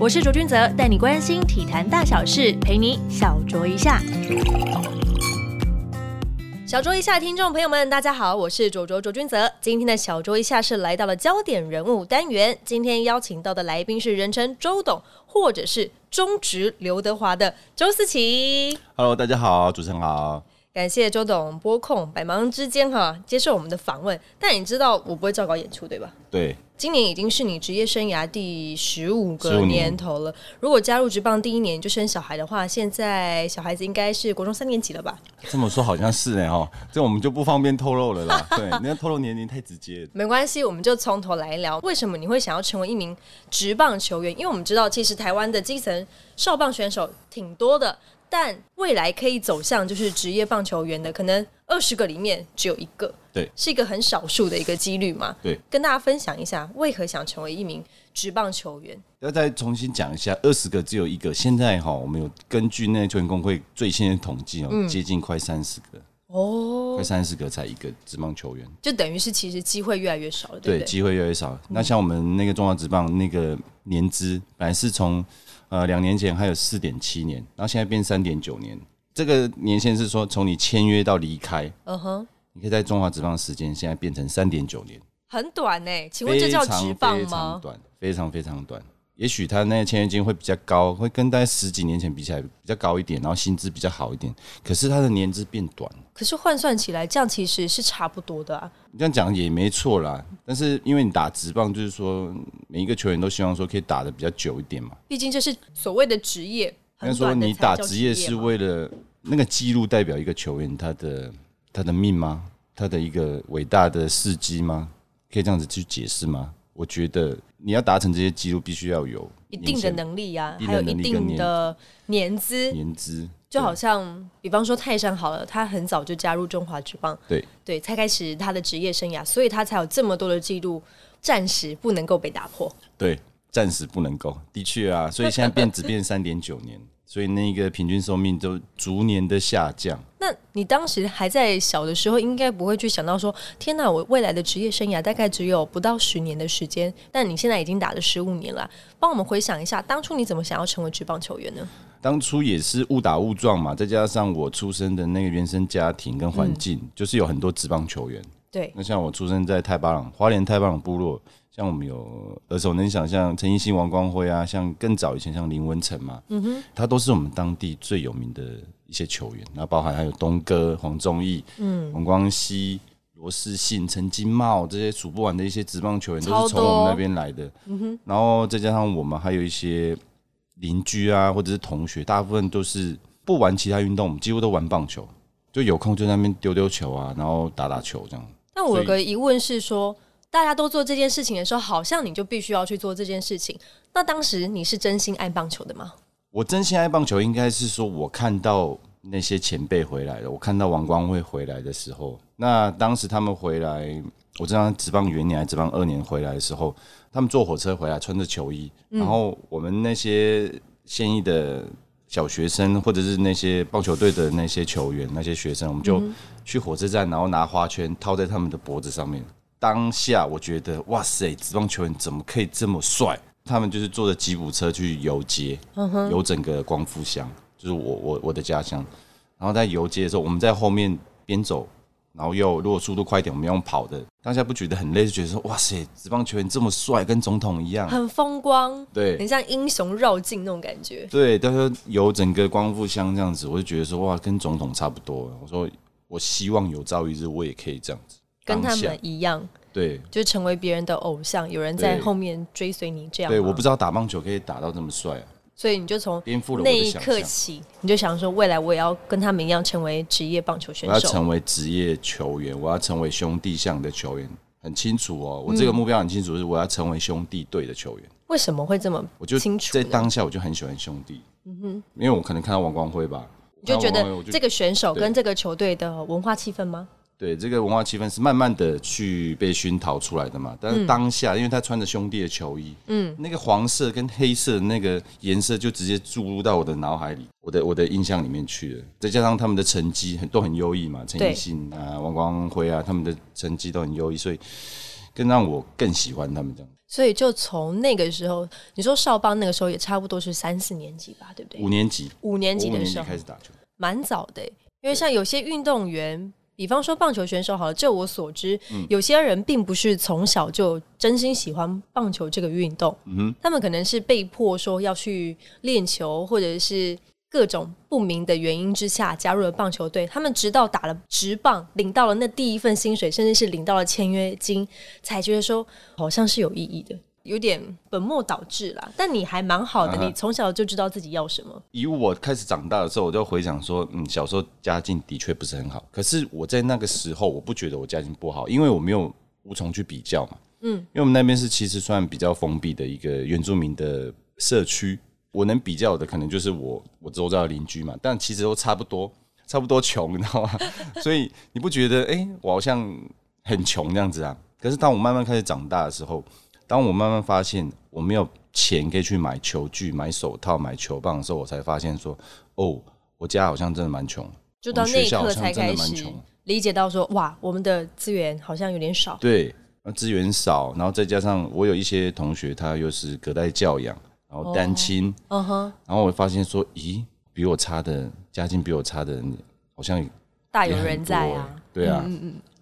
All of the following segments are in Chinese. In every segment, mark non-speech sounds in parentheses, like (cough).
我是卓君泽，带你关心体坛大小事，陪你小酌一下。小酌一下，听众朋友们，大家好，我是卓卓卓君泽。今天的小酌一下是来到了焦点人物单元，今天邀请到的来宾是人称周董或者是中职刘德华的周思琪。 Hello，大家好，主持人好。感谢周董播控，百忙之间哈接受我们的访问。但你知道我不会照稿演出对吧？对，今年已经是你职业生涯第十五个15年年头了。如果加入职棒第一年就生小孩的话，现在小孩子应该是国中三年级了吧？这么说好像是哎哈，这我们就不方便透露了啦。对，你要透露年龄太直接了。没关系，我们就从头来聊，为什么你会想要成为一名职棒球员？因为我们知道，其实台湾的基层少棒选手挺多的，但未来可以走向就是职业棒球员的，可能二十个里面只有一个，对是一个很少数的一个几率嘛。对，跟大家分享一下，为何想成为一名职棒球员？要再重新讲一下，二十个只有一个。现在哈，我们有根据那球员工会最新的统计哦，接近快三十个，哦快，三十个才一个职棒球员。就等于是其实机会越来越少了，对对，不对？机会越来越少。那像我们那个中华职棒那个年资，本来是从呃两年前还有四点七年，然后现在变三点九年。这个年限是说从你签约到离开，嗯哼，你可以在中华职棒的时间现在变成三点九年。很短呢、请问这非叫常职非棒常吗？短，非常非常短。也许他那个签约金会比较高，会跟大概十几年前比起来比较高一点，然后薪资比较好一点。可是他的年资变短，可是换算起来，这样其实是差不多的啊。你这样讲也没错啦。但是因为你打直棒，就是说每一个球员都希望说可以打的比较久一点嘛。毕竟这是所谓的职业，应该很说短的你才打叫职职业业是嘛为了那个记录代表一个球员他的他的命吗？他的一个伟大的事迹吗？可以这样子去解释吗？我觉得你要达成这些记录，必须要有一定的能力呀、一定还有的一能力跟定年的年资。年资，就好像，比方说泰山好了，他很早就加入中华职棒，对。对，才开始他的职业生涯，所以他才有这么多的记录，暂时不能够被打破。对，暂时不能够，的确啊，所以现在变只变三点九年，所以那个平均寿命都逐年的下降。那你当时还在小的时候，应该不会去想到说，天哪，我未来的职业生涯大概只有不到十年的时间。但你现在已经打了十五年了，帮我们回想一下，当初你怎么想要成为职棒球员呢？当初也是误打误撞嘛，再加上我出生的那个原生家庭跟环境，就是有很多职棒球员。对，那像我出生在太巴朗花莲太巴朗部落，像我们有耳熟能详，像陈奕迅、王光辉啊，像更早以前像林文成嘛，嗯哼，他都是我们当地最有名的一些球员，然后包含还有东哥、黄宗义、嗯、黄光熙、罗世信、陈金茂这些数不完的一些职棒球员都超是从我多们那边来的，嗯哼，然后再加上我们还有一些邻居啊，或者是同学，大部分都是不玩其他运动，我们几乎都玩棒球。就有空就在那边丢丢球啊，然后打打球这样。但我有所以个疑问是说，大家都做这件事情的时候，好像你就必须要去做这件事情。那当时你是真心爱棒球的吗？我真心爱棒球，应该是说我看到那些前辈回来了，我看到王光辉回来的时候，那当时他们回来，我知道他职棒元年还是职棒二年回来的时候，他们坐火车回来，穿着球衣，然后我们那些现役的小学生或者是那些棒球队的那些球员、那些学生，我们就去火车站，然后拿花圈套在他们的脖子上面。当下我觉得，哇塞，职棒球员怎么可以这么帅？他们就是坐着吉普车去游街，游整个光复乡，就是我我我的家乡。然后在游街的时候，我们在后面边走，然后又如果速度快一点，我们用跑的。当下不觉得很累，就觉得说，哇塞，职棒球员这么帅，跟总统一 (laughs) 样。很风光，啊对很像英雄绕境那种感觉。对，他说有整个光复乡这样子，我就觉得说哇，跟总统差不多。我说我希望有朝一日我也可以这样子，跟他当下们一样，对就成为别人的偶像，有人在对后面追随你这样吗。对，我不知道打棒球可以打到这么帅、啊，所以你就从颠覆了我那的一想刻象。起，你就想说，未来我也要跟他们一样成为职业棒球选我要手。成为职业球员，我要成为兄弟象的球员，很清楚哦。我这嗯个目标很清楚，是我要成为兄弟队的球员。为什么会这么我就清楚在呢？当下我就很喜欢兄弟，嗯哼，因为我可能看到王光辉吧，你就觉看到王光辉我得就这个选手对跟这个球队的文化气氛吗？对，这个文化气氛是慢慢的去被熏陶出来的嘛。嗯但是当下，因为他穿着兄弟的球衣，嗯，那个黄色跟黑色的那个颜色就直接注入到我的脑海里，我的我的印象里面去了。再加上他们的成绩很都很优异嘛，陈对奕迅啊、王光辉啊，他们的成绩都很优异，所以更让我更喜欢他们这样。所以就从那个时候，你说少棒那个时候也差不多是三四年级吧，对不对？五年级，五年我级五的年时级候，开始打球，蛮早的欸，因为像有些运动员，比方说棒球选手，好了，就我所知，嗯有些人并不是从小就真心喜欢棒球这个运动，嗯哼他们可能是被迫说要去练球，或者是各种不明的原因之下加入了棒球队，他们直到打了职棒，领到了那第一份薪水，甚至是领到了签约金，才觉得说好像是有意义的。有点本末倒置啦，但你还蛮好的，啊哈你从小就知道自己要什么。以我开始长大的时候，我就回想说，嗯，小时候家境的确不是很好，可是我在那个时候，我不觉得我家境不好，因为我没有无从去比较嘛。嗯，因为我们那边是其实算比较封闭的一个原住民的社区，我能比较的可能就是我我周遭的邻居嘛，但其实都差不多，差不多穷， (laughs) 你知道吗？所以你不觉得，哎、我好像很穷这样子啊？可是当我慢慢开始长大的时候，当我慢慢发现我没有钱可以去买球具、买手套、买球棒的时候，我才发现说，哦，我家好像真的蛮穷的。就到我们那学一校刻好像才真的开蛮始穷理解到说，哇，我们的资源好像有点少。对，那资源少，然后再加上我有一些同学，他又是隔代教养，然后单亲，嗯哼，然后我发现说，咦，比我差的家境比我差的人，好像大也有很人在多欸啊。对啊，然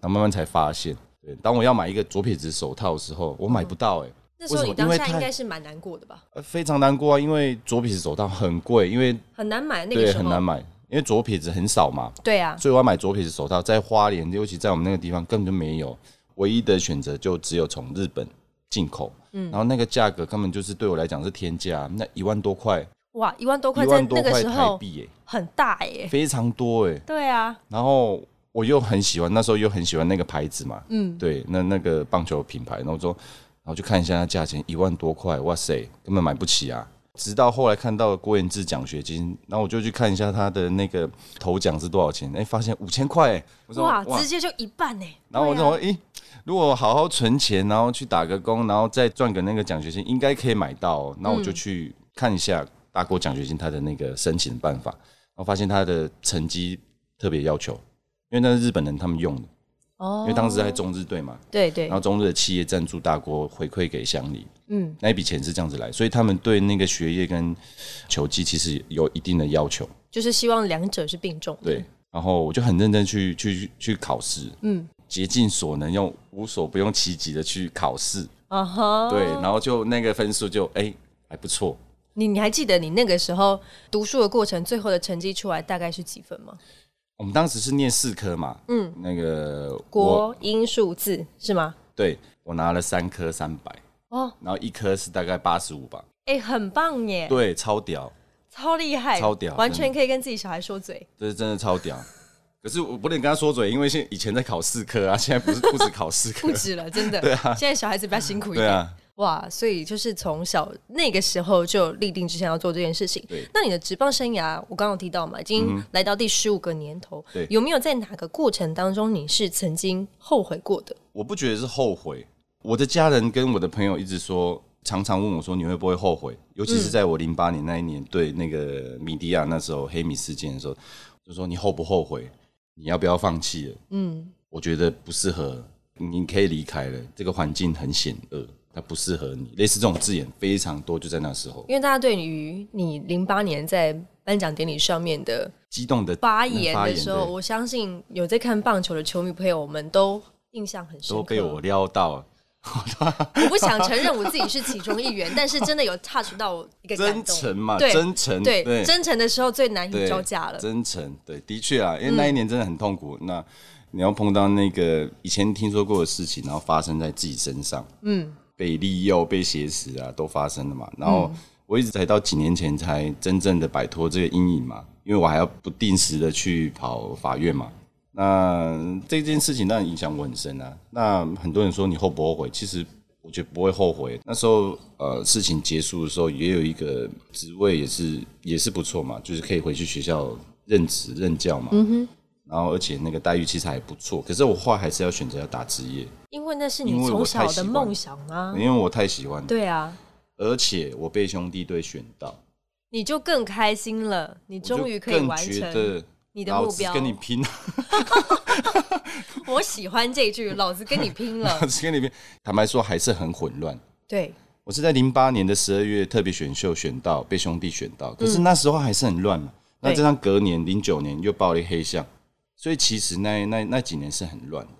后慢慢才发现，对，当我要买一个左撇子手套的时候，我买不到、欸，那时候为你什么当因为下太应该是蛮难过的吧？呃非常难过啊，因为左撇子手套很贵，因为很难买那个对时很难候，买，因为左撇子很少嘛，对啊，所以我要买左撇子手套，在花莲，尤其在我们那个地方根本就没有，唯一的选择就只有从日本进口。嗯，然后那个价格根本就是对我来讲是天价，那一万多块，哇，一万多块一在万多那个块时台候币耶、很大哎。非常多哎、对啊，然后我又很喜欢，那时候又很喜欢那个牌子嘛，嗯，对，那那个棒球品牌，然后说，然后去看一下它价钱，一万多块，哇塞，根本买不起啊。直到后来看到郭元志奖学金，然后我就去看一下他的那个头奖是多少钱，哎、发现五千块、哎我说哇，直接就一半哎。然后我就对啊说，诶、如果好好存钱，然后去打个工，然后再赚个那个奖学金，应该可以买到、哦。然后我就去看一下大国奖学金它的那个申请办法，然后发现它的成绩特别要求，因为那是日本人他们用的，哦，因为当时在中日队嘛，对对然后中日的企业赞助大国回馈给乡里，嗯嗯，那一笔钱是这样子来，所以他们对那个学业跟球技其实有一定的要求。就是希望两者是并重的。对，然后我就很认真去去去考试，嗯，竭尽所能，用无所不用其极的去考试，啊哈，对，然后就那个分数就哎、还不错，你你还记得你那个时候读书的过程，最后的成绩出来大概是几分吗？我们当时是念四科嘛，嗯，那个我国英数字是吗？对我拿了三科三百，哦，然后一科是大概八十五吧，哎，很棒耶！对，超屌，超厉害，超屌完全可以跟自己小孩说嘴。这是真的超 (laughs) 屌。可是我不能跟他说嘴，因为现以前在考四科啊，现在不是不止考四科 (laughs) 不，止了，真的。现在小孩子比较辛苦一啊对点。啊，哇，所以就是从小那个时候就立定志向要做这件事情对。嗯那你的职棒生涯，我刚刚有提到嘛，已经来到第十五个年头，对有没有在哪个过程当中你是曾经后悔过的？我不觉得是后悔。我的家人跟我的朋友一直说，常常问我说你会不会后悔？尤其是在我零八年那一年对那个米迪亚那时候黑米事件的时候，就说你后不后悔？你要不要放弃了？嗯，我觉得不适合，你可以离开了，这个环境很险恶，它不适合你。类似这种字眼非常多，就在那时候因为大家对于你零八年在颁奖典礼上面的激动的发言的时候，嗯对我相信有在看棒球的球迷朋友们都印象很深刻。都被我撩到，我不想承认我自己是其中一员，但是真的有 touch 到我一个感真动。诚嘛，对真诚，对，真诚的时候最难以对招架了。嗯真诚，对，的确啊，因为那一年真的很痛苦。那你要碰到那个以前听说过的事情，然后发生在自己身上，嗯，被利诱、被挟持啊，都发生了嘛。然嗯后我一直才到几年前才真正的摆脱这个阴影嘛，因为我还要不定时的去跑法院嘛。那这件事情当然影响我很深啊。那很多人说你后不后悔，其实我觉得不会后悔。那时候呃，事情结束的时候，也有一个职位也是也是不错嘛，就是可以回去学校任职任教嘛。嗯然后而且那个待遇其实还不错，可是我后来还是要选择要打职业，因为那是你因为从我小太喜的欢梦想啊因。为我太喜欢了，对啊，而且我被兄弟队选到，你就更开心了，你我就终于可以完更觉成得你的老目子标。跟你拼！我喜欢这句，老子跟你拼了。 (laughs) (laughs) 老师跟你拼，坦白说还是很混乱。对，我是在零八年的十二月特别选秀选到，被兄弟选到，可是那时候还是很乱嘛。那这张隔年零九年又爆了一黑箱，所以其实那那那几年是很乱的。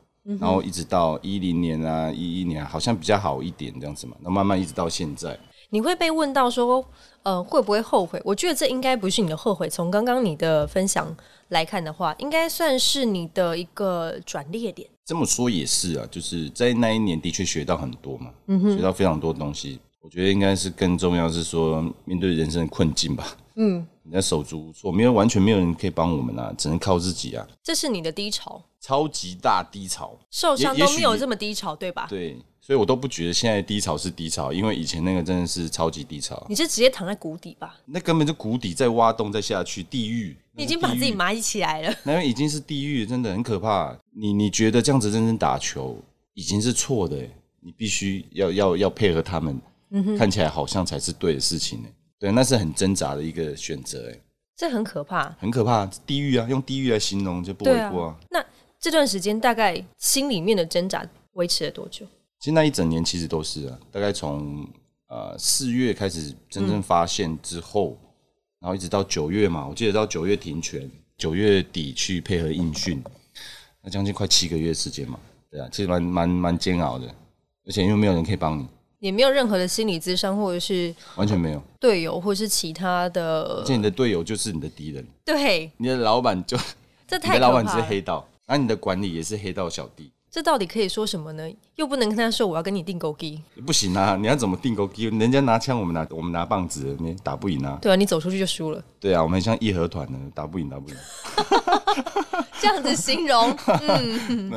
然后一直到一零年啊，一一年、啊、好像比较好一点这样子嘛，那慢慢一直到现在，你会被问到说，呃，会不会后悔？我觉得这应该不是你的后悔。从刚刚你的分享来看的话，应该算是你的一个转捩点。这么说也是啊，就是在那一年的确学到很多嘛，学到非常多东西。我觉得应该是更重要是说面对人生的困境吧。嗯，你在手足无措，没有完全没有人可以帮我们啊，只能靠自己啊，这是你的低潮，超级大低潮。受伤也都也许没有这么低潮，对吧？对，所以我都不觉得现在低潮是低潮，因为以前那个真的是超级低潮，你是直接躺在谷底吧？那根本就谷底，再挖洞再下去，地狱。你已经把自己埋起来了。那已经是地狱，真的很可怕。你你觉得这样子认真打球已经是错的欸，你必须要要要配合他们，嗯看起来好像才是对的事情呢。对，那是很挣扎的一个选择，哎， (laughs) 这很可怕。很可怕，地狱啊，用地狱来形容就不为对啊过啊。那这段时间大概心里面的挣扎维持了多久？其实那一整年其实都是啊，大概从呃四月开始真正发现之后，然后一直到九月嘛，我记得到九月停权，九月底去配合应训，那将近快七个月时间嘛，对啊，其实蛮蛮蛮煎熬的，而且因为没有人可以帮你，也没有任何的心理咨商，或者是完全没有，队友，或是其他而的。且你的队友就是你的敌人，对，你的老板就这你 (laughs) 太的老可板怕是了。黑道，然后你的管理也是黑道小弟，这到底可以说什么呢？又不能跟他说我要跟你订狗机，不行啊，你要怎么定勾机？人家拿枪，我们拿我们拿棒子，你打不赢啊，对啊，你走出去就输了，对啊，我们很像义和团呢，打不赢，打不赢。这样子形容。 (laughs) 对嗯，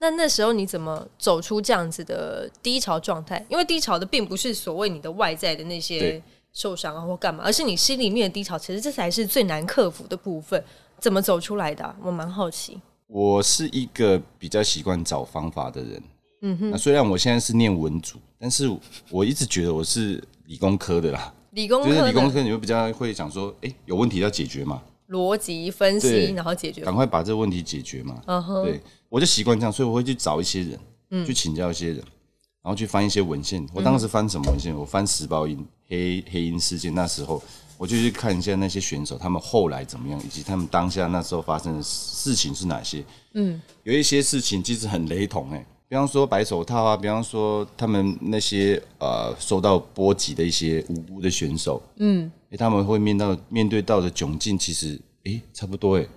那那时候你怎么走出这样子的低潮状态？因为低潮的并不是所谓你的外在的那些对受伤啊或干嘛，而是你心里面的低潮，其实这才是最难克服的部分。怎么走出来的啊、我蛮好奇。我是一个比较习惯找方法的人。嗯哼，那虽然我现在是念文组，但是我一直觉得我是理工科的啦，理工就是科理工的科你会比较会想说，哎、有问题要解决嘛，逻辑分析，对然后解决。赶快把这个问题解决嘛。嗯哼，对，我就习惯这样，所以我会去找一些人，去请教一些人，然后去翻一些文嗯献。我当时翻什么文献？我翻时报音黑黑鹰事件那时候，我就去看一下那些选手他们后来怎么样，以及他们当下那时候发生的事情是哪些。嗯，有一些事情其实很雷同诶、比方说白手套啊，比方说他们那些呃受到波及的一些无辜的选手，嗯，他们会面到面对到的窘境，其实诶、差不多诶、欸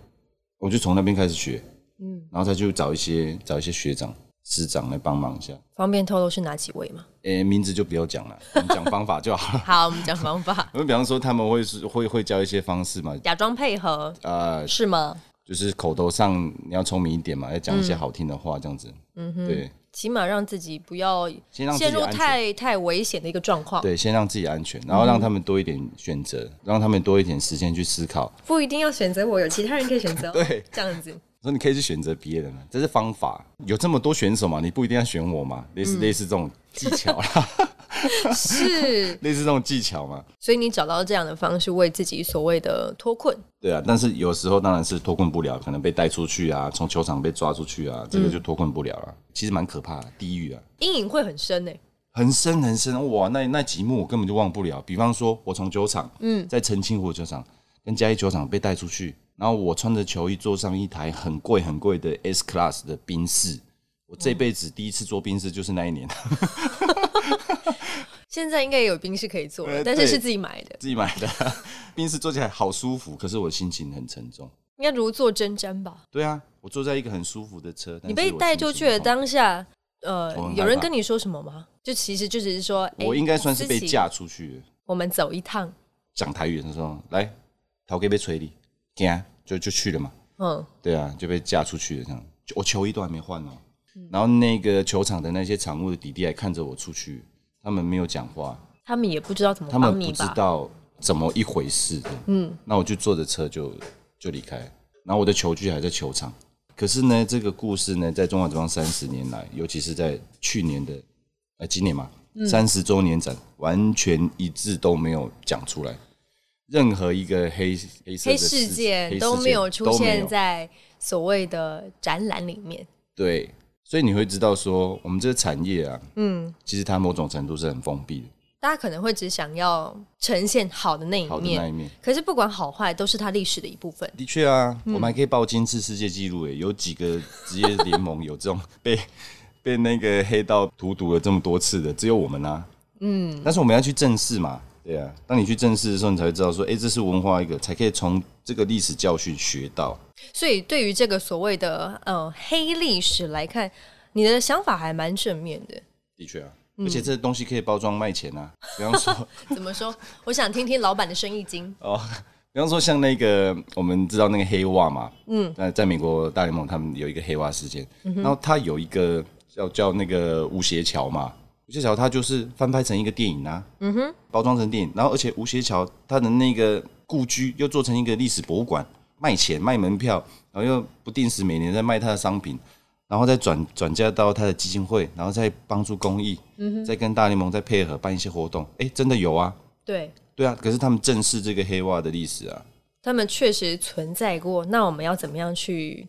我就从那边开始学，嗯然后再去找一些找一些学长师长来帮忙一下。方便透露是哪几位吗？诶、名字就不要讲了，我们讲方法就好了。 (laughs) 好，我们讲方 (laughs) 法，因为比方说他们会是会会教一些方式嘛，假装配合呃，是吗？就是口头上你要聪明一点嘛，要讲一些好听的话，这样子。嗯哼，对起码让自己不要先让自己陷入安全太太危险的一个状况。对，先让自己安全，然后让他们多一点选择，让他们多一点时间去思考。不一定要选择我，有其他人可以选择哦。对这样子说你可以去选择别人啊，这是方法。有这么多选手嘛，你不一定要选我嘛，类嗯似类似这种技巧啦， (laughs) 是，类似这种技巧嘛。 (laughs) 所以你找到这样的方式，为自己所谓的脱困，对啊，但是有时候当然是脱困不了，可能被带出去啊，从球场被抓出去啊，这个就脱困不了了、嗯其实蛮可怕的，地狱啊，阴影会很深欸呢、很深很深哇！那那几幕我根本就忘不了。比方说，我从球场，嗯，在澄清湖球场跟嘉义球场被带出去，然后我穿着球衣坐上一台很贵很贵的 S Class 的宾士。我这辈子第一次坐宾士就是那一年， (laughs) 现在应该也有冰室可以做了，呃但是对是自己买的，自己买的宾士坐起来好舒服，可是我心情很沉重。应该如坐针毡吧？对啊，我坐在一个很舒服的车，但你是被我带心出情去了，很痛当下，呃我很害，怕有人跟你说什么吗？就其实就只是说，哎我应该算是被，思琪嫁出去的。我们走一趟，讲台语的时候，来，头给被吹你，行，就就去了嘛。嗯，对啊，就被嫁出去了这样。就我球衣都还没换哦、嗯然后那个球场的那些场务的弟弟还看着我出去，他们没有讲话，他们也不知道怎么他帮们你不知吧？道怎么一回事的。嗯，那我就坐着车就就离开，然后我的球具还在球场。可是呢，这个故事呢，在中华职棒三十年来，尤其是在去年的呃今年嘛，嗯三十周年展，完全一字都没有讲出来，任何一个黑黑色黑的事事件黑都没有事出件都没现有在所谓的展览里面。对，所以你会知道说，我们这个产业啊，嗯，其实它某种程度是很封闭的，大家可能会只想要呈现好的那一好的那面，一面。可是不管好坏，都是它历史的一部分。的确啊，我们还可以报金次世界纪录诶，有几个职业联盟有这种被 (laughs) 被那个黑道荼毒了这么多次的，只有我们啊。嗯，但是我们要去正视嘛，对啊。当你去正视的时候，你才会知道说，哎、这是文化一个，才可以从这个历史教训学到。所以对于这个所谓的呃黑历史来看，你的想法还蛮正面的。的确啊，而且这东西可以包装卖钱啊，比方说 (laughs) 怎么说？我想听听老板的生意经。哦，比方说像那个我们知道那个黑袜嘛，嗯，那在美国大联盟他们有一个黑袜事件，然后他有一个叫叫那个吴邪桥嘛，吴邪桥他就是翻拍成一个电影啊，嗯哼，包装成电影，然后而且吴邪桥他的那个故居又做成一个历史博物馆，卖钱卖门票，然后又不定时每年在卖他的商品。然后再转转嫁到他的基金会，然后再帮助公益，再跟大联盟再配合办一些活动。哎，真的有啊，对对啊，可是他们正视这个黑袜的历史啊，他们确实存在过，那我们要怎么样去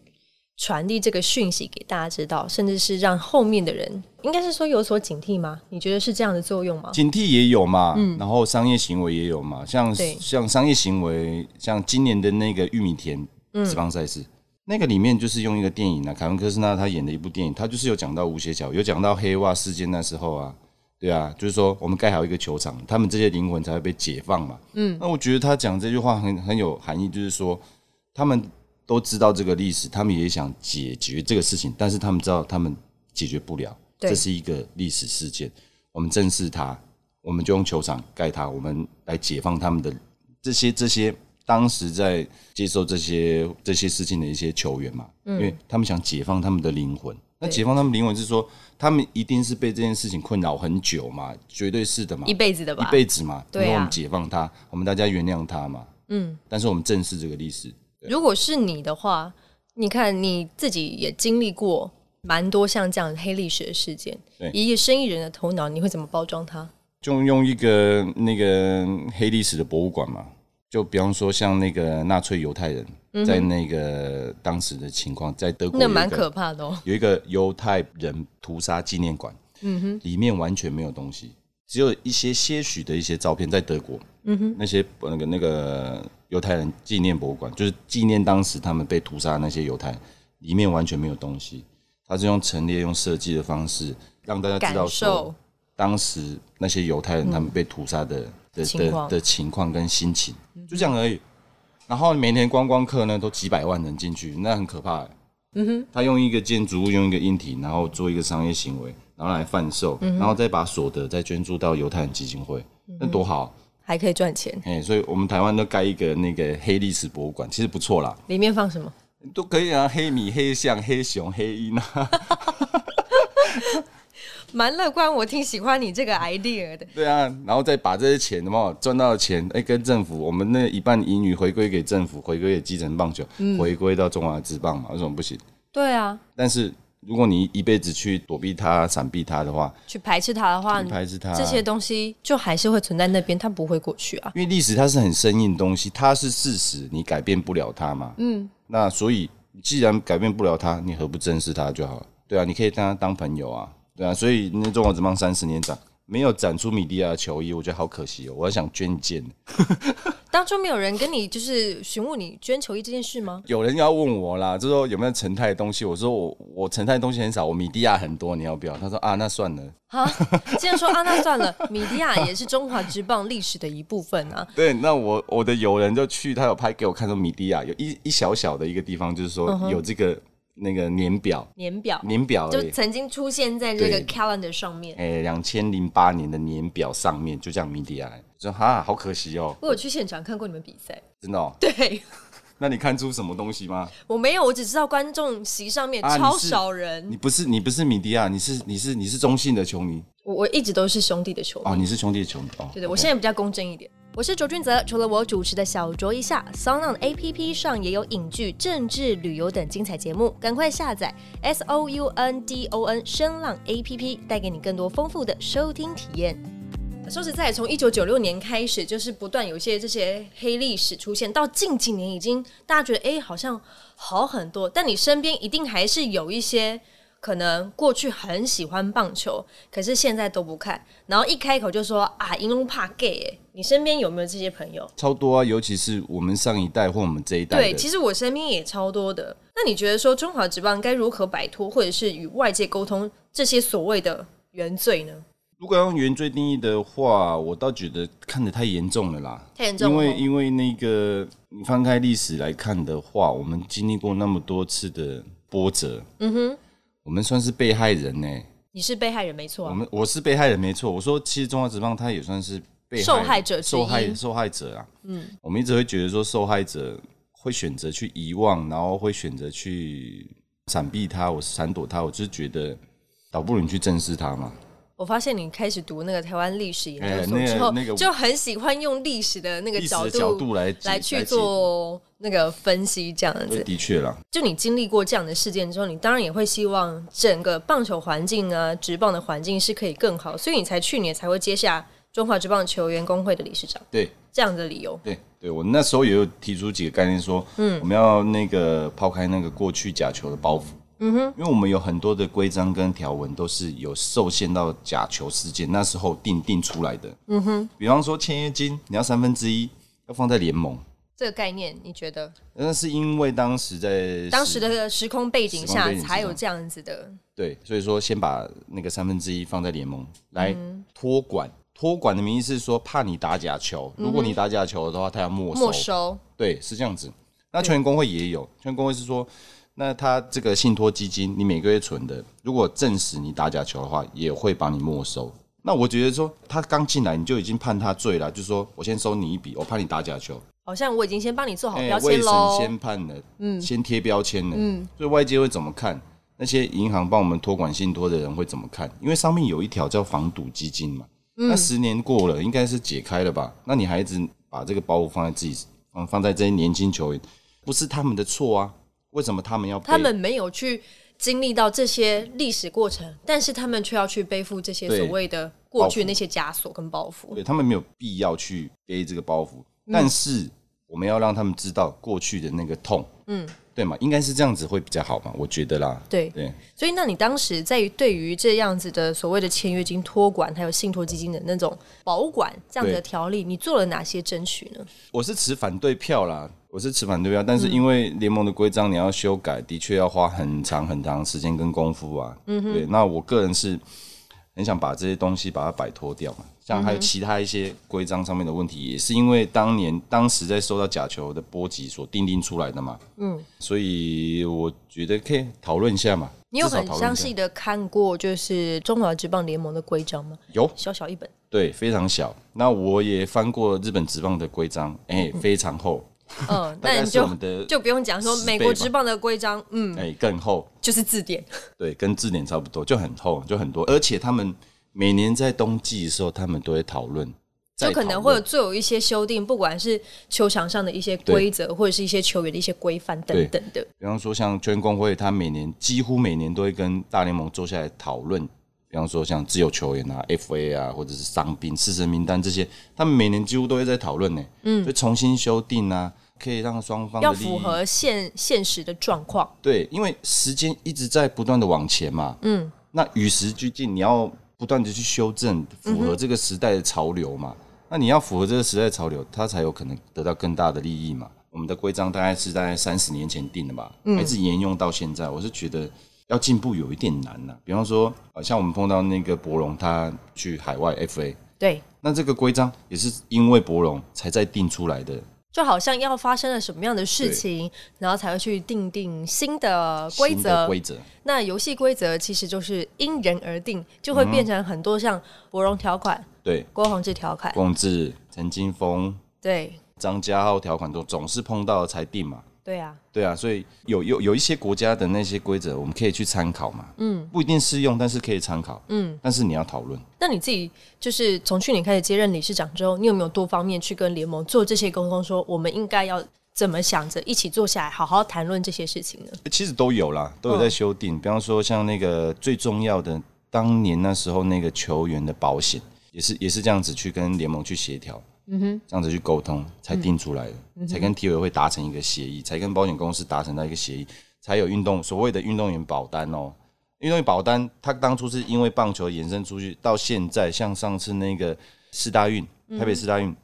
传递这个讯息给大家知道，甚至是让后面的人，应该是说有所警惕吗？你觉得是这样的作用吗？嗯警惕也有嘛，然后商业行为也有嘛，像对像商业行为，像今年的那个玉米田嗯职棒赛事，那个里面就是用一个电影啊，凯文科斯纳他演的一部电影，他就是有讲到吴邪桥，有讲到黑袜事件那时候啊。对啊，就是说我们盖好一个球场，他们这些灵魂才会被解放嘛。嗯，那我觉得他讲这句话很很有含义，就是说他们都知道这个历史，他们也想解决这个事情，但是他们知道他们解决不了，对这是一个历史事件，我们正视它，我们就用球场盖它，我们来解放他们的这些这些当时在接受这些这些事情的一些球员嘛，嗯因为他们想解放他们的灵魂。那对解放他们灵魂是说，他们一定是被这件事情困扰很久嘛，绝对是的嘛，一辈子的吧一，辈子嘛，对啊那我们解放他，我们大家原谅他嘛，嗯，但是我们正视这个历史，如果是你的话，你看你自己也经历过蛮多像这样黑历史的事件对，以一个生意人的头脑，你会怎么包装它？就用一个那个黑历史的博物馆嘛，就比方说像那个纳粹犹太人、在那个当时的情况，在德嗯国那有一蛮个可怕的哦。有一个犹太人屠杀纪念馆，嗯哼，里面完全没有东西，只有一些些许的一些照片，在德国，嗯哼，那些那个那个犹太人纪念博物馆，就是纪念当时他们被屠杀的那些犹太人，里面完全没有东西，它是用陈列、用设计的方式让大家感知道受说，当时那些犹太人他们被屠杀的、的情的况的情况跟心情，就这样而已。然后每年观光客呢都几百万人进去，那很可怕、欸。嗯哼，他用一个建筑物，用一个硬体，然后做一个商业行为，然后来贩售，然后再把所得再捐助到犹太人基金会，那多好！还可以赚钱，哎、所以我们台湾都盖一个那个黑历史博物馆，其实不错啦，里面放什么？都可以啊，黑米、黑象、黑熊、黑鹰啊，蛮乐观，我挺喜欢你这个 idea 的。对啊，然后再把这些钱，有没有赚到的钱，哎、跟政府，我们那一半盈余回归给政府，回归给基层棒球，回归到中华职棒嘛，为什么不行？对啊，但是如果你一辈子去躲避它、闪避它的话，去排斥它的话，你排斥它，这些东西就还是会存在那边，它不会过去啊。因为历史它是很生硬的东西，它是事实，你改变不了它嘛。嗯，那所以既然改变不了它，你何不珍视它就好了？对啊，你可以跟他当朋友啊，对啊。所以那中国职棒三十年展没有展出米迪亚的球衣，我觉得好可惜哦。我还想捐一件，当初没有人跟你就是询问你捐球衣这件事吗？有人要问我啦，就说有没有成泰的东西，我说我我成泰的东西很少，我米迪亚很多，你要不要？他说啊，那算了。 (laughs) 啊，既然说啊，那算了，米迪亚也是中华职棒历史的一部分啊。对，那我我的友人就去，他有拍给我看说米迪亚有一一小小的一个地方，就是嗯说有这个、那个年表。年表年表而就已，曾经出现在这个对 calendar 上面。哎，两千零八年的年表上面就这样米迪亚，我说哈，好可惜哦，我有去现场看过你们比赛，真的、哦。对那你看出什么东西吗？我没有，我只知道观众席上面啊超你是少人。你不是你不是米迪亚，你是你是你是中信的球迷我我一直都是兄弟的球迷。哦，你是兄弟的球迷哦。嗯对对，我 OK 现在比较公正一点。我是卓俊泽，除了我主持的小卓一下，Sound On APP 上也有影剧、政治、旅游等精彩节目，赶快下载 S O U N D O N 声浪 APP，带给你更多丰富的收听体验。说实在，从一九九六年开始，就是不断有一些这些黑历史出现，到近几年已经大家觉得哎、诶好像好很多，但你身边一定还是有一些可能过去很喜欢棒球，可是现在都不看，然后一开口就说啊，因为怕 gay，、欸、你身边有没有这些朋友？超多啊，尤其是我们上一代或我们这一代的，对，其实我身边也超多的。那你觉得说中华职棒该如何摆脱，或者是与外界沟通这些所谓的原罪呢？如果要用原罪定义的话，我倒觉得看得太严重了啦。太严重因了为因为那个你翻开历史来看的话，我们经历过那么多次的波折，嗯哼，我们算是被害人呢、你是被害人没错、我啊，们我是被害人没错，我说其实中华职棒它也算是被受害者之一受害受害者啊。嗯，我们一直会觉得说受害者会选择去遗忘，然后会选择去闪避他，我闪躲他，我就是觉得倒不如你去正视他嘛。我发现你开始读那个台湾历史研究哎所那个之后，那个就很喜欢用历史的那个历史角的度角度来解来来去解做那个分析，这样对子。的确啦，就你经历过这样的事件之后，你当然也会希望整个棒球环境啊、职棒的环境是可以更好，所以你才去年才会接下中华职棒球员工会的理事长对这样的理由。对对，我那时候也有提出几个概念说，嗯，我们要那个抛开那个过去假球的包袱。嗯哼，因为我们有很多的规章跟条文都是有受限到假球事件那时候定定出来的。嗯哼，比方说签约金，你要三分之一要放在联盟，这个概念，你觉得那是因为当时在当时的时空背景时空下背景之下才有这样子的？对，所以说先把那个三分之一放在联盟嗯来托管。托管的名义是说怕你打假球，如果你打假球的话，他要没收对，是这样子。那球员工会也有，球员工会是说，那他这个信托基金，你每个月存的，如果证实你打假球的话，也会把你没收。那我觉得说，他刚进来你就已经判他罪了，就说我先收你一笔，我判你打假球，好像我已经先帮你做好哎、标卫签生喽。先判了，嗯，先贴标签了，嗯，所以外界会怎么看？那些银行帮我们托管信托的人会怎么看？因为上面有一条叫防赌基金嘛，嗯那十年过了，应该是解开了吧？那你还一直把这个包袱放在自己，放放在这些年轻球员，不是他们的错啊？为什么他们要背？他们没有去经历到这些历史过程，但是他们却要去背负这些对所谓的过去包袱那些枷锁跟包袱。对他们没有必要去背这个包袱，嗯但是我们要让他们知道过去的那个痛，嗯，对嘛？应该是这样子会比较好嘛？我觉得啦，对，对。所以那你当时在于对于这样子的所谓的签约金托管，还有信托基金的那种保管这样子的对条例，你做了哪些争取呢？我是持反对票啦，我是持反对票，但是因为联盟的规章你要修改，的确要花很长很长时间跟功夫啊。嗯对，那我个人是很想把这些东西把它摆脱掉嘛。像还有其他一些规章上面的问题，也是因为当年当时在受到假球的波及所定定出来的嘛。嗯，所以我觉得可以讨论一下嘛。你有至少很讨论详一下细的看过就是中华职棒联盟的规章 (laughs) 吗？有小小一本，对非常小，那我也翻过日本职棒的规章，哎、非常厚，嗯，大那概你是我就们的就不用讲说十倍美国吧职棒的规章，嗯，哎、更厚。就是字典，对，跟字典差不多，就很厚，就很多。而且他们每年在冬季的时候，他们都会讨论，就再可能讨论会有做有一些修订，不管是球场上的一些规则，或者是一些球员的一些规范等对等的。比方说像全工会，他每年几乎每年都会跟大联盟坐下来讨论。比方说像自由球员啊、FA 啊，或者是伤兵、四神名单这些，他们每年几乎都会在讨论呢。嗯，就重新修订啊，可以让双方的要利益符合现现实的状况，对，因为时间一直在不断的往前嘛，嗯，那与时俱进，你要不断的去修正，符合这个时代的潮流嘛。那你要符合这个时代的潮流，它才有可能得到更大的利益嘛。我们的规章大概是在三十年前定的吧，还是沿用到现在。我是觉得要进步有一点难呐、比方说，呃像我们碰到那个博龙，他去海外 FA，对，那这个规章也是因为博龙才在定出来的就好像要发生了什么样的事情，然后才会去定定新的规新的则。规则。那游戏规则其实就是因人而定，就会变成很多像博荣条款、对，郭宏志条款，共治陈金峰。对张家浩条款都总是碰到才定嘛。对啊，对啊，所以有有有一些国家的那些规则，我们可以去参考嘛。嗯，不一定适用，但是可以参考。嗯，但是你要讨论。那你自己就是从去年开始接任理事长之后，你有没有多方面去跟联盟做这些沟通，说我们应该要怎么想着一起坐下来好好谈论这些事情呢？其实都有啦，都有在修订。比方说，像那个最重要的，当年那时候那个球员的保险，也是也是这样子去跟联盟去协调，嗯哼，嗯这样子去沟通才定出来的，才跟体委会达成一个协议，才跟保险公司达成到一个协议，才有运动所谓的运动员保单哦。因为保单它当初是因为棒球延伸出去，到现在像上次那个四大运，台北四大运、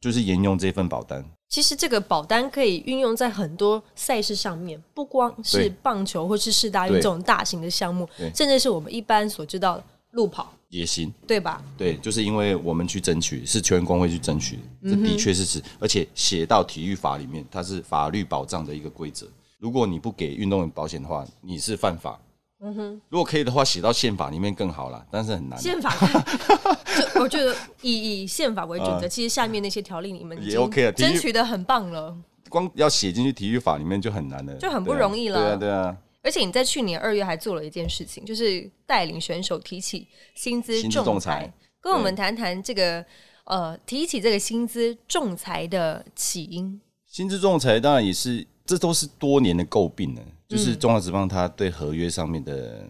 就是沿用这份保单。其实这个保单可以运用在很多赛事上面，不光是对棒球或是世大运对这种大型的项目对，甚至是我们一般所知道的路跑，也行，对吧？对，就是因为我们去争取，是球员工会去争取，嗯这的确是是，而且写到体育法里面，它是法律保障的一个规则。如果你不给运动员保险的话，你是犯法。嗯哼，如果可以的话，写到宪法里面更好啦，但是很难啊。宪法， (laughs) 就我觉得以以宪法为准则，其实下面那些条例你们已嗯也经 OK 啊体育争取的很棒了。光要写进去体育法里面就很难了，就很不对啊容易了对啊，对啊，而且你在去年二月还做了一件事情，就是带领选手提起薪资薪资仲裁，仲裁跟我们谈谈这个呃提起这个薪资仲裁的起因。薪资仲裁当然也是，这都是多年的诟病了。嗯就是中华职棒它对合约上面的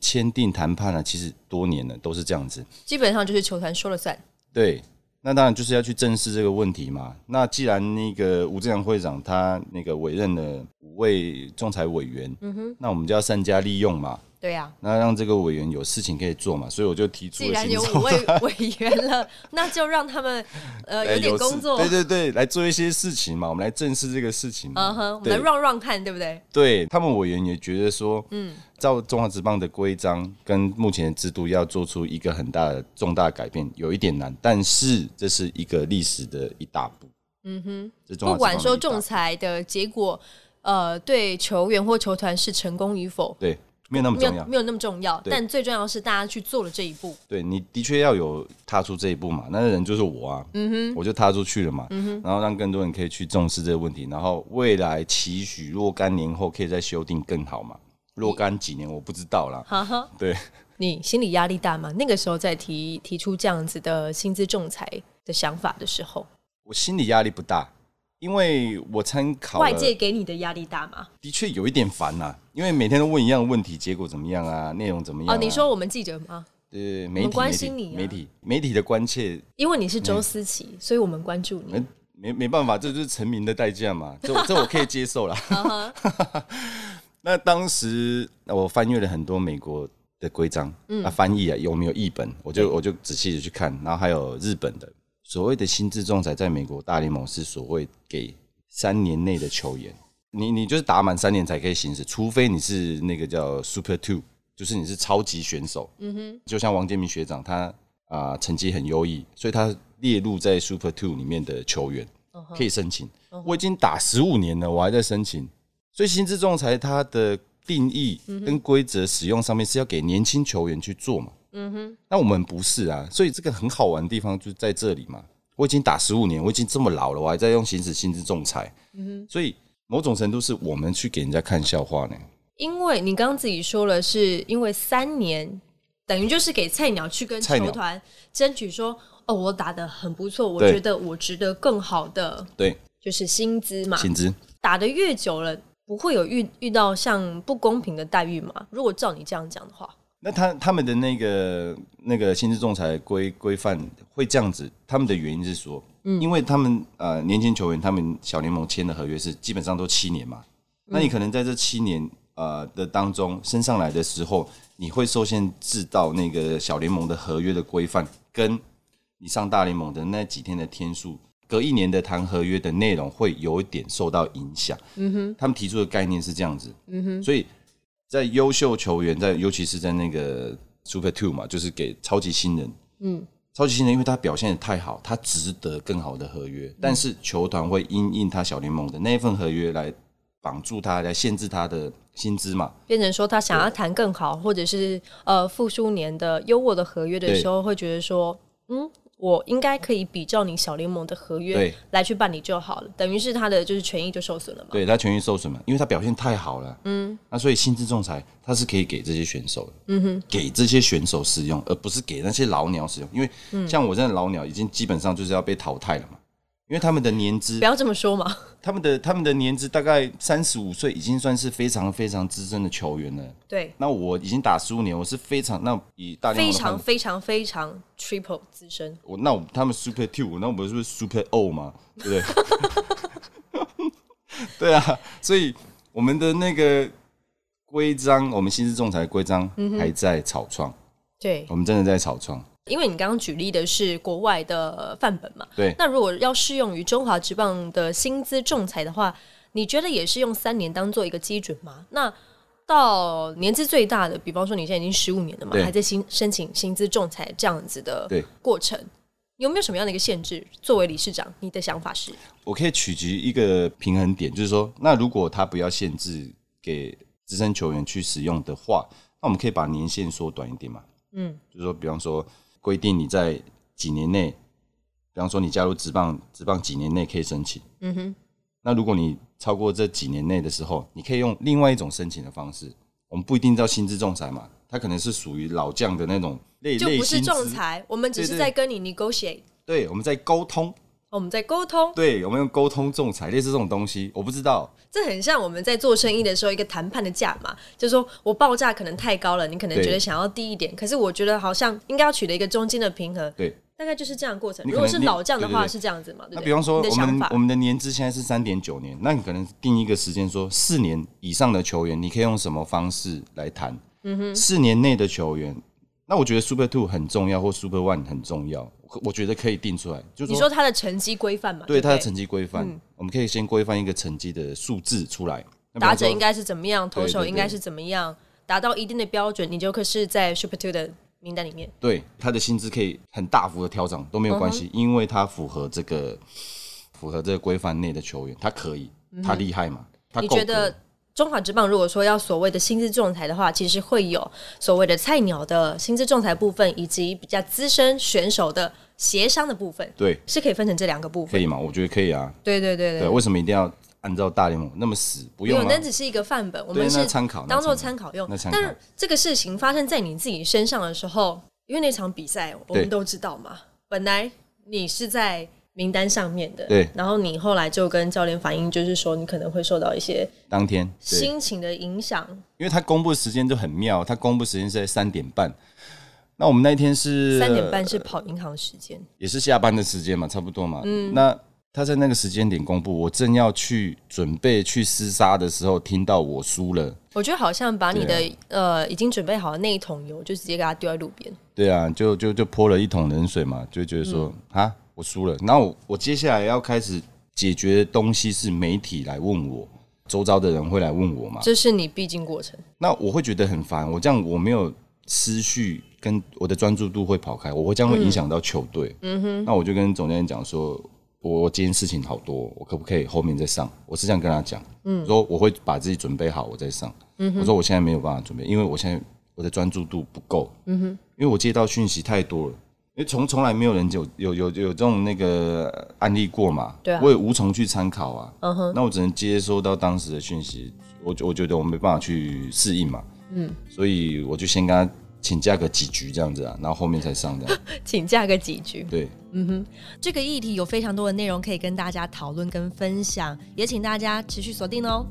签订谈判啊，其实多年了都是这样子。基本上就是球团说了算，对，那当然就是要去正视这个问题嘛。那既然那个吴正阳会长他那个委任了五位仲裁委员，嗯哼，那我们就要善加利用嘛。对啊呀、那让这个委员有事情可以做嘛，所以我就提出既了然薪有资五位 (laughs) 委员了，那就让他们呃 (laughs) 哎有点事工作，对对对，来做一些事情嘛，我们来正视这个事情嘛。嗯哼，我们对来 run run 看，对不对？对他们委员也觉得说，嗯，照中华职棒的规章跟目前的制度要做出一个很大的重大改变，有一点难，但是这是一个历史的一大步。嗯哼，不管说仲重裁的结果，呃，对球员或球团是成功与否，对没有那么没有重要，没有那么重要，对但最重要的是大家去做了这一步。对你的确要有踏出这一步嘛，那人就是我啊，嗯哼，我就踏出去了嘛，嗯哼，然后让更多人可以去重视这个问题，然后未来期许若干年后可以再修订更好嘛，若干几年我不知道啦，哈哈，对。 (laughs) 你心理压力大吗？那个时候在提提出这样子的薪资仲裁的想法的时候，我心理压力不大，因为我参考了外界给你的压力大吗？的确有一点烦呐、因为每天都问一样的问题，结果怎么样啊，内容怎么样、啊？哦，你说我们记者吗？对我媒们体关媒体心你啊媒体媒体的关切，因为你嗯是周思琪，所以我们关注你没。没没办法，这就是成名的代价嘛，这我这我可以接受啦。 (laughs) 那当时我翻阅了很多美国的规章，那、翻译啊有没有译本，我就我就仔细的去看，然后还有日本的所谓的薪资仲裁，在美国大联盟是所谓给三年内的球员，你你就是打满三年才可以行使，除非你是那个叫 Super Two，就是你是超级选手，嗯哼，就像王建民学长他啊、成绩很优异，所以他列入在 Super Two 里面的球员可以申请。我已经打十五年了，我还在申请，所以薪资仲裁它的定义跟规则使用上面是要给年轻球员去做嘛。嗯哼，那我们不是啊，所以这个很好玩的地方就在这里嘛。我已经打十五年，我已经这么老了，我还在用行使薪资仲裁。嗯哼，所以某种程度是我们去给人家看笑话呢。因为你刚刚自己说了，是因为三年，等于就是给菜鸟去跟菜鸟球团争取说，哦，我打的很不错，我对觉得我值得更好的对，就是薪资嘛。薪资打的越久了，不会有遇遇到像不公平的待遇嘛？如果照你这样讲的话，那他他们的那个那个薪资仲裁规规范会这样子，他们的原因是说，因为他们呃年轻球员，他们小联盟签的合约是基本上都七年嘛，那你可能在这七年呃的当中升上来的时候，你会受限制到那个小联盟的合约的规范，跟你上大联盟的那几天的天数，隔一年的谈合约的内容会有一点受到影响。嗯哼，他们提出的概念是这样子。嗯哼，所以在优秀球员，在尤其是在那个 Super Two 嘛，就是给超级新人，嗯，超级新人，因为他表现的太好，他值得更好的合约，但是球团会因应他小联盟的那份合约来绑住他，来限制他的薪资嘛，变成说他想要谈更好，或者是呃复苏年的优渥的合约的时候，会觉得说，嗯，我应该可以比照你小联盟的合约对来去办理就好了，等于是他的就是权益就受损了嘛。对他权益受损嘛，因为他表现太好了，嗯，那所以薪资仲裁他是可以给这些选手的，嗯哼，给这些选手使用，而不是给那些老鸟使用，因为像我这样的老鸟已经基本上就是要被淘汰了嘛，因为他们的年资不要这么说嘛，他们的他们的年资大概三十五岁，已经算是非常非常资深的球员了。 (laughs) 对，那我已经打十五年，我是非常那以大联非盟的话常非常非常 triple 资深，我那我他们 Super Two，那我们是不是 Super O 嘛？对不 (laughs) 对？对啊，所以我们的那个规章，我们薪资仲裁规章还在草创，对，我们真的在草创。因为你刚刚举例的是国外的范本嘛，对那如果要适用于中华职棒的薪资仲裁的话，你觉得也是用三年当做一个基准吗？那到年资最大的，比方说你现在已经十五年了嘛，对还在新申请薪资仲裁这样子的对过程，有没有什么样的一个限制？作为理事长，你的想法是？我可以取决一个平衡点，就是说，那如果他不要限制给资深球员去使用的话，那我们可以把年限缩短一点嘛。嗯，就是说，比方说规定你在几年内，比方说你加入职棒，职棒几年内可以申请。嗯哼，那如果你超过这几年内的时候，你可以用另外一种申请的方式，我们不一定叫薪资仲裁嘛，它可能是属于老将的那种类就类不是薪仲资，裁，我们只是对对在跟你 negotiate，对，我们在沟通。我们在沟通，对，我们用沟通仲裁类似这种东西，我不知道，这很像我们在做生意的时候一个谈判的价码，就是说我报价可能太高了，你可能对觉得想要低一点，可是我觉得好像应该要取得一个中间的平衡，对，大概就是这样的过程。你如可果能是老将的话对对对是这样子嘛？对不那对？比方说，你的我想们法我，们的年资现在是三点九年，那你可能定一个时间说四年以上的球员，你可以用什么方式来谈？嗯哼，四年内的球员，那我觉得 Super Two 很重要，或 Super One 很重要，我我觉得可以定出来，就是你说他的成绩规范嘛？对对嗯他的不对成绩规范，我们可以先规范一个成绩的数字出来。那比打方者说应该是怎么样，投手对对对应该是怎么样，达到一定的标准，你就可是在 Super Two 的名单里面。对他的薪资可以很大幅的调整都没有关系，嗯因为他符合这个符合这个规范内的球员，他可以，他厉害嘛，他嗯你够觉格得中华职棒如果说要所谓的薪资仲裁的话，其实会有所谓的菜鸟的薪资仲裁部分，以及比较资深选手的协商的部分，对是可以分成这两个部可分。以吗？我觉得可以啊。对对对对，为什么一定要按照大联盟那么死？不没用有，啊那，只是一个范本，我们那是参考那当做参参考用那。参考但是这个事情发生在你自己身上的时候，因为那场比赛我们对都知道嘛，本来你是在名单上面的，对然后你后来就跟教练反映，就是说你可能会受到一些当天对，心情的影响。因为他公布的时间就很妙，他公布时间是在三点半。那我们那天是三点半是跑银行时间，也是下班的时间嘛，差不多嘛。嗯，那他在那个时间点公布，我正要去准备去厮杀的时候，听到我输了。我觉得好像把你的、对呃已经准备好的那一桶油，就直接给它丢在路边。对啊，就就就泼了一桶冷水嘛，就觉得说嗯啊、我输了。然后我我接下来要开始解决的东西是媒体来问我，周遭的人会来问我嘛。这是你必经过程。那我会觉得很烦，我这样我没有思绪，跟我的专注度会跑开，我会这样会影响到球队。嗯哼，那我就跟总教练讲说，我今天事情好多，我可不可以后面再上？我是这样跟他讲，嗯，说我会把自己准备好，我再上。嗯我说我现在没有办法准备，因为我现在我的专注度不够。嗯哼，因为我接到讯息太多了。因为从从来没有人有有有有这种那个案例过嘛，对啊我也无从去参考啊，嗯哼，那我只能接收到当时的讯息，我我觉得我没办法去适应嘛，所以我就先跟他请假个几局这样子啊，然后后面才上这样。请假个几局。对，这个议题有非常多的内容可以跟大家讨论跟分享，也请大家持续锁定哦。